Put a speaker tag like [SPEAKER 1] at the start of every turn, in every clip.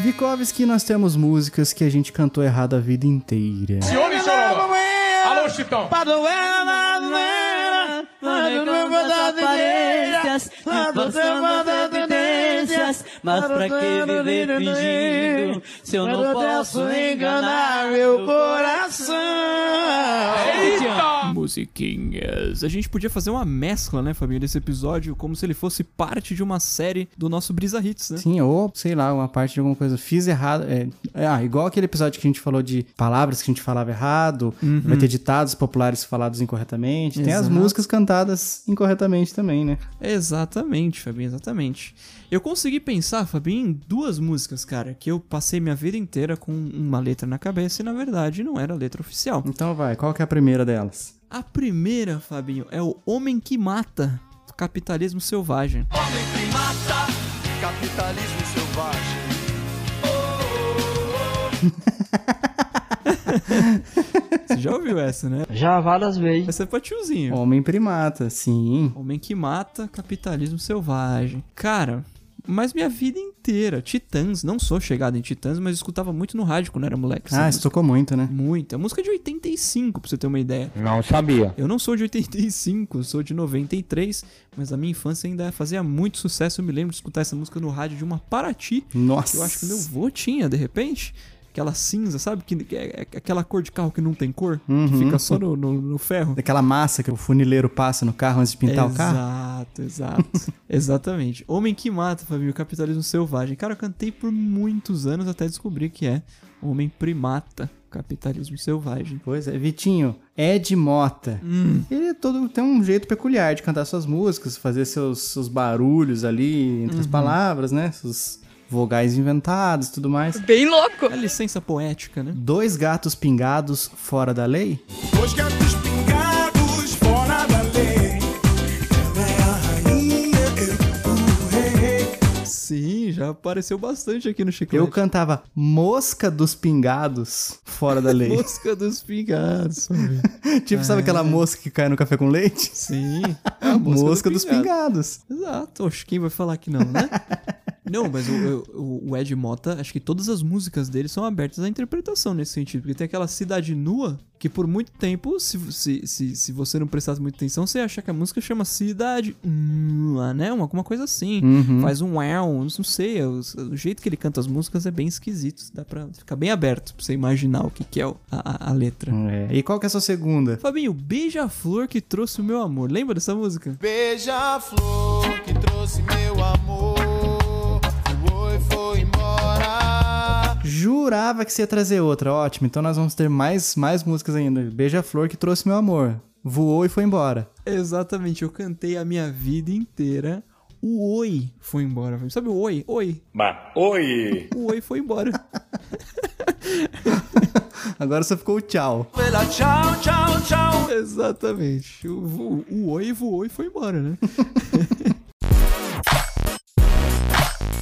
[SPEAKER 1] Vikovski, nós temos músicas que a gente cantou errado a vida inteira.
[SPEAKER 2] Senhor e Chororó. Alô, Chitão.
[SPEAKER 3] aparências, passando as evidências, mas pra que viver fingindo se eu não posso enganar meu coração?
[SPEAKER 2] Eita!
[SPEAKER 4] Musiquinhas. A gente podia fazer uma mescla, né, Fabinho, desse episódio, como se ele fosse parte de uma série do nosso Brisa Hits, né?
[SPEAKER 1] Sim, ou sei lá, uma parte de alguma coisa. Fiz errado. É, é, ah, igual aquele episódio que a gente falou de palavras que a gente falava errado, vai ter ditados populares falados incorretamente. Tem as
[SPEAKER 4] Uhum. Exato.
[SPEAKER 1] músicas cantadas incorretamente também, né?
[SPEAKER 4] Exatamente, Fabinho, exatamente. Eu consegui pensar, Fabinho, em duas músicas, cara, que eu passei minha vida inteira com uma letra na cabeça e na verdade não era a letra oficial.
[SPEAKER 1] Então vai, qual que é a primeira delas?
[SPEAKER 4] A primeira, Fabinho, é o Homem que Mata, do Capitalismo Selvagem.
[SPEAKER 5] Capitalismo selvagem.
[SPEAKER 4] Você já ouviu essa, né?
[SPEAKER 3] Já várias vezes.
[SPEAKER 4] Essa é pra tiozinho.
[SPEAKER 1] Homem primata, sim.
[SPEAKER 4] Homem que mata, capitalismo selvagem. Cara, mas minha vida inteira, Titãs, não sou chegado em Titãs, mas escutava muito no rádio quando era moleque. essa
[SPEAKER 1] Ah, isso
[SPEAKER 4] música.
[SPEAKER 1] tocou muito, né?
[SPEAKER 4] Muito. É música de 85, pra você ter uma ideia.
[SPEAKER 2] Não sabia.
[SPEAKER 4] Eu não sou de 85, eu sou de 93, mas na minha infância ainda fazia muito sucesso. Eu me lembro de escutar essa música no rádio de uma Paraty,
[SPEAKER 1] Nossa.
[SPEAKER 4] que eu acho que meu vô tinha, de repente. Aquela cinza, sabe? Que, que é aquela cor de carro que não tem cor,
[SPEAKER 1] Uhum.
[SPEAKER 4] que fica só no, no- no ferro.
[SPEAKER 1] Daquela massa que o funileiro passa no carro antes de pintar o carro.
[SPEAKER 4] Exato, exato. Exatamente. Homem que mata, Fabinho, capitalismo selvagem. Cara, eu cantei por muitos anos até descobrir que é Homem primata, capitalismo selvagem.
[SPEAKER 1] Pois é, Vitinho, Ed Mota. Ele é todo tem um jeito peculiar de cantar suas músicas, fazer seus, seus barulhos ali entre as palavras, né? Seus vogais inventados, tudo mais.
[SPEAKER 6] Bem louco.
[SPEAKER 4] É licença poética, né?
[SPEAKER 1] Dois gatos pingados fora da lei?
[SPEAKER 5] Dois gatos pingados fora da lei. Ela é a rainha, eu o rei.
[SPEAKER 4] Sim, já apareceu bastante aqui no Chiclete.
[SPEAKER 1] Eu cantava Mosca dos Pingados fora da lei.
[SPEAKER 4] Mosca dos pingados. Fabinho.
[SPEAKER 1] tipo, sabe aquela mosca que cai no café com leite?
[SPEAKER 4] Sim. É
[SPEAKER 1] A
[SPEAKER 4] a
[SPEAKER 1] mosca,
[SPEAKER 4] do
[SPEAKER 1] dos
[SPEAKER 4] pingado.
[SPEAKER 1] pingados.
[SPEAKER 4] Exato, acho que quem vai falar que não, né? Não, mas o, o, o Ed Mota, acho que todas as músicas dele são abertas à interpretação nesse sentido. Porque tem aquela Cidade Nua, que por muito tempo, se, se, se, se você não prestasse muita atenção, você ia achar que a música chama Cidade Nua, né? Uma, alguma coisa assim. Faz um wow, não sei. O, o jeito que ele canta as músicas é bem esquisito. Dá pra ficar bem aberto pra você imaginar o que, que é o- a, a- a letra.
[SPEAKER 1] É. E qual que é a sua segunda?
[SPEAKER 4] Fabinho, beija-flor que trouxe o meu amor. Lembra dessa música?
[SPEAKER 5] Beija a flor que trouxe meu amor. Foi, foi embora.
[SPEAKER 1] Jurava que você ia trazer outra. Ótimo, então nós vamos ter mais, mais músicas ainda. Beija-flor que trouxe meu amor. Voou e foi embora.
[SPEAKER 4] Exatamente, eu cantei a minha vida inteira. O oi foi embora. Sabe o oi? Oi.
[SPEAKER 2] Bah, oi!
[SPEAKER 4] O oi foi embora.
[SPEAKER 1] Agora só ficou o tchau.
[SPEAKER 5] Pela tchau, tchau, tchau.
[SPEAKER 4] Exatamente. O, vo- o oi voou e foi embora, né?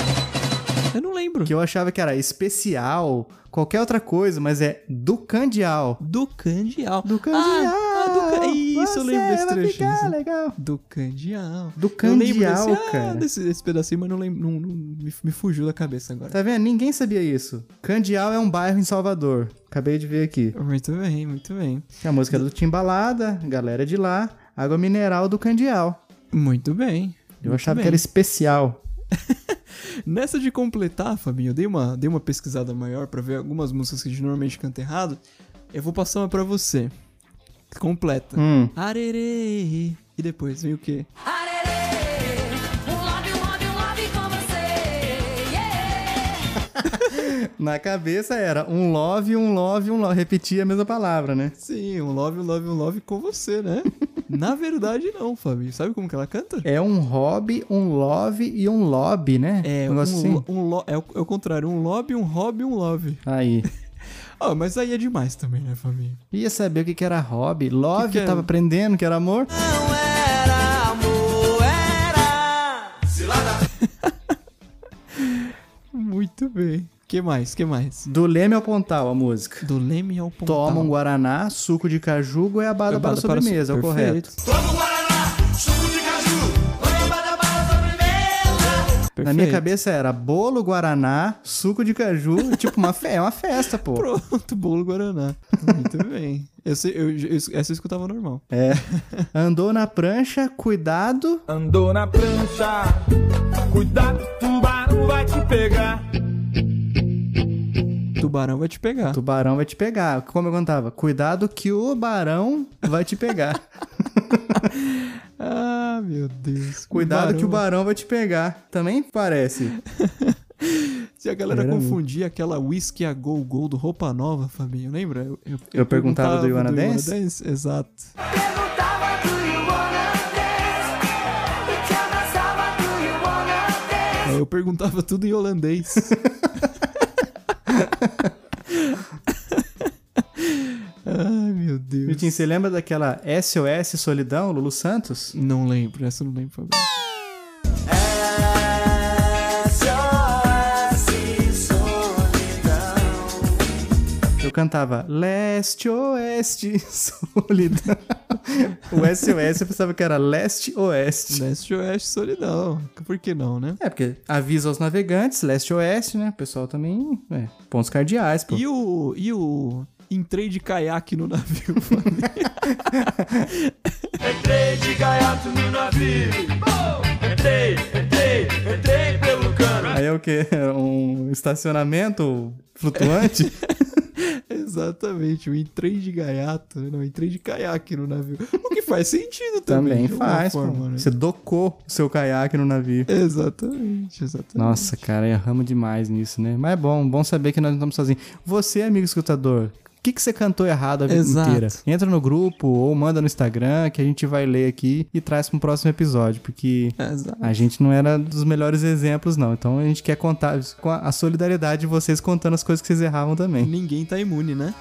[SPEAKER 4] Eu não lembro.
[SPEAKER 1] Que eu achava que era especial, qualquer outra coisa, mas é do candial.
[SPEAKER 4] Do Candial.
[SPEAKER 1] Do candial.
[SPEAKER 4] Ah, ah, do Can- Isso, eu lembro desse
[SPEAKER 1] vai
[SPEAKER 4] trechinho.
[SPEAKER 1] ficar
[SPEAKER 4] assim.
[SPEAKER 1] legal.
[SPEAKER 4] Do Candial.
[SPEAKER 1] Do
[SPEAKER 4] Eu lembro
[SPEAKER 1] Candial,
[SPEAKER 4] desse, ah,
[SPEAKER 1] cara.
[SPEAKER 4] Desse, desse pedacinho, mas não lembro. Não, não- me, me fugiu da cabeça agora.
[SPEAKER 1] Tá vendo? Ninguém sabia isso. Candial é um bairro em Salvador. Acabei de ver aqui.
[SPEAKER 4] Muito bem, muito bem.
[SPEAKER 1] A música é do Timbalada, galera de lá, água mineral do Candial.
[SPEAKER 4] Muito bem.
[SPEAKER 1] Eu
[SPEAKER 4] muito
[SPEAKER 1] achava
[SPEAKER 4] bem.
[SPEAKER 1] que era especial.
[SPEAKER 4] Nessa de completar, Fabinho, eu dei uma, dei uma pesquisada maior pra ver algumas músicas que a gente normalmente canta errado. Eu vou passar uma pra você. Completa.
[SPEAKER 1] Hum.
[SPEAKER 4] Arerê. E depois vem o quê?
[SPEAKER 6] Arerê, um love, um love, um love com você. Yeah.
[SPEAKER 1] Na cabeça era um love, um love, um love. Repetia a mesma palavra, né?
[SPEAKER 4] Sim, um love, um love, um love com você, né? Na verdade, não, Fabinho. Sabe como que ela canta?
[SPEAKER 1] É um hobby, um love e um lobby, né?
[SPEAKER 4] É,
[SPEAKER 1] um
[SPEAKER 4] um,
[SPEAKER 1] negócio assim.
[SPEAKER 4] lo- um lo- é, o, é o contrário, um lobby, um hobby, um love.
[SPEAKER 1] Aí.
[SPEAKER 4] Ah, mas aí é demais também, né, família?
[SPEAKER 1] Ia saber o que, que era hobby. Love
[SPEAKER 4] Que é? que era?
[SPEAKER 1] tava aprendendo que era amor.
[SPEAKER 4] Muito bem. Que mais, que mais?
[SPEAKER 1] Do leme ao pontal a música.
[SPEAKER 4] Do leme ao pontal.
[SPEAKER 1] Toma um guaraná, suco de caju, goiabada para
[SPEAKER 4] Levado
[SPEAKER 1] a sobremesa, é o correto.
[SPEAKER 4] Perfeito,
[SPEAKER 5] Toma um guaraná, suco de caju, goiabada para sobremesa.
[SPEAKER 1] Na minha
[SPEAKER 4] perfeito.
[SPEAKER 1] cabeça era bolo guaraná, suco de caju, tipo uma fe... é uma festa, pô.
[SPEAKER 4] Pronto, bolo Guaraná. Muito bem. Eu sei- eu- eu- essa eu escutava normal.
[SPEAKER 1] É. Andou na prancha, cuidado.
[SPEAKER 4] Ah.
[SPEAKER 7] Andou na prancha, cuidado, tubarão vai te pegar.
[SPEAKER 4] Tubarão vai te pegar.
[SPEAKER 1] Tubarão vai te pegar. Como eu contava, cuidado que o barão vai te pegar.
[SPEAKER 4] Ah, meu Deus.
[SPEAKER 1] Cuidado que o barão vai te pegar. Também parece.
[SPEAKER 4] Se a galera
[SPEAKER 1] Era
[SPEAKER 4] confundia aquela whisky a gol gol do Roupa Nova, Fabinho, lembra? Eu, eu,
[SPEAKER 1] Eu perguntava do You Wanna Dance?
[SPEAKER 4] Exato.
[SPEAKER 6] Perguntava do you wanna dance? E te abraçava do you wanna dance?
[SPEAKER 4] Aí É, eu perguntava tudo em holandês. Ai, meu Deus.
[SPEAKER 1] Milton, você lembra daquela SOS Solidão, Lulu Santos?
[SPEAKER 4] Não lembro, essa eu não lembro, Fabinho.
[SPEAKER 5] SOS, solidão.
[SPEAKER 1] Eu cantava Leste, Oeste, Solidão. o SOS eu pensava que era Leste, Oeste.
[SPEAKER 4] Leste Oeste Solidão. Por que não, né?
[SPEAKER 1] É, porque avisa aos navegantes, Leste, Oeste, né? O pessoal também, é, pontos cardeais, pô.
[SPEAKER 4] E o. E o. Entrei de caiaque no navio, Fabinho.
[SPEAKER 7] Entrei de gaiato no navio. Entrei, entrei, entrei pelo cano.
[SPEAKER 1] Aí é o quê? É Um estacionamento flutuante?
[SPEAKER 4] Exatamente, eu entrei de gaiato, não, eu entrei de caiaque no navio. O que faz sentido também.
[SPEAKER 1] também
[SPEAKER 4] de alguma
[SPEAKER 1] faz,
[SPEAKER 4] forma,
[SPEAKER 1] pô.
[SPEAKER 4] né?
[SPEAKER 1] Você docou o seu caiaque no navio.
[SPEAKER 4] Exatamente, exatamente.
[SPEAKER 1] Nossa, cara, erramos demais nisso, né? Mas é bom, bom saber que nós não estamos sozinhos. Você, amigo escutador, o que, que você cantou errado a vida
[SPEAKER 4] Exato.
[SPEAKER 1] inteira? Entra no grupo ou manda no Instagram que a gente vai ler aqui e traz para um próximo episódio, porque
[SPEAKER 4] Exato.
[SPEAKER 1] a gente não era dos melhores exemplos, não. Então a gente quer contar com a a solidariedade de vocês contando as coisas que vocês erravam também.
[SPEAKER 4] Ninguém tá imune, né?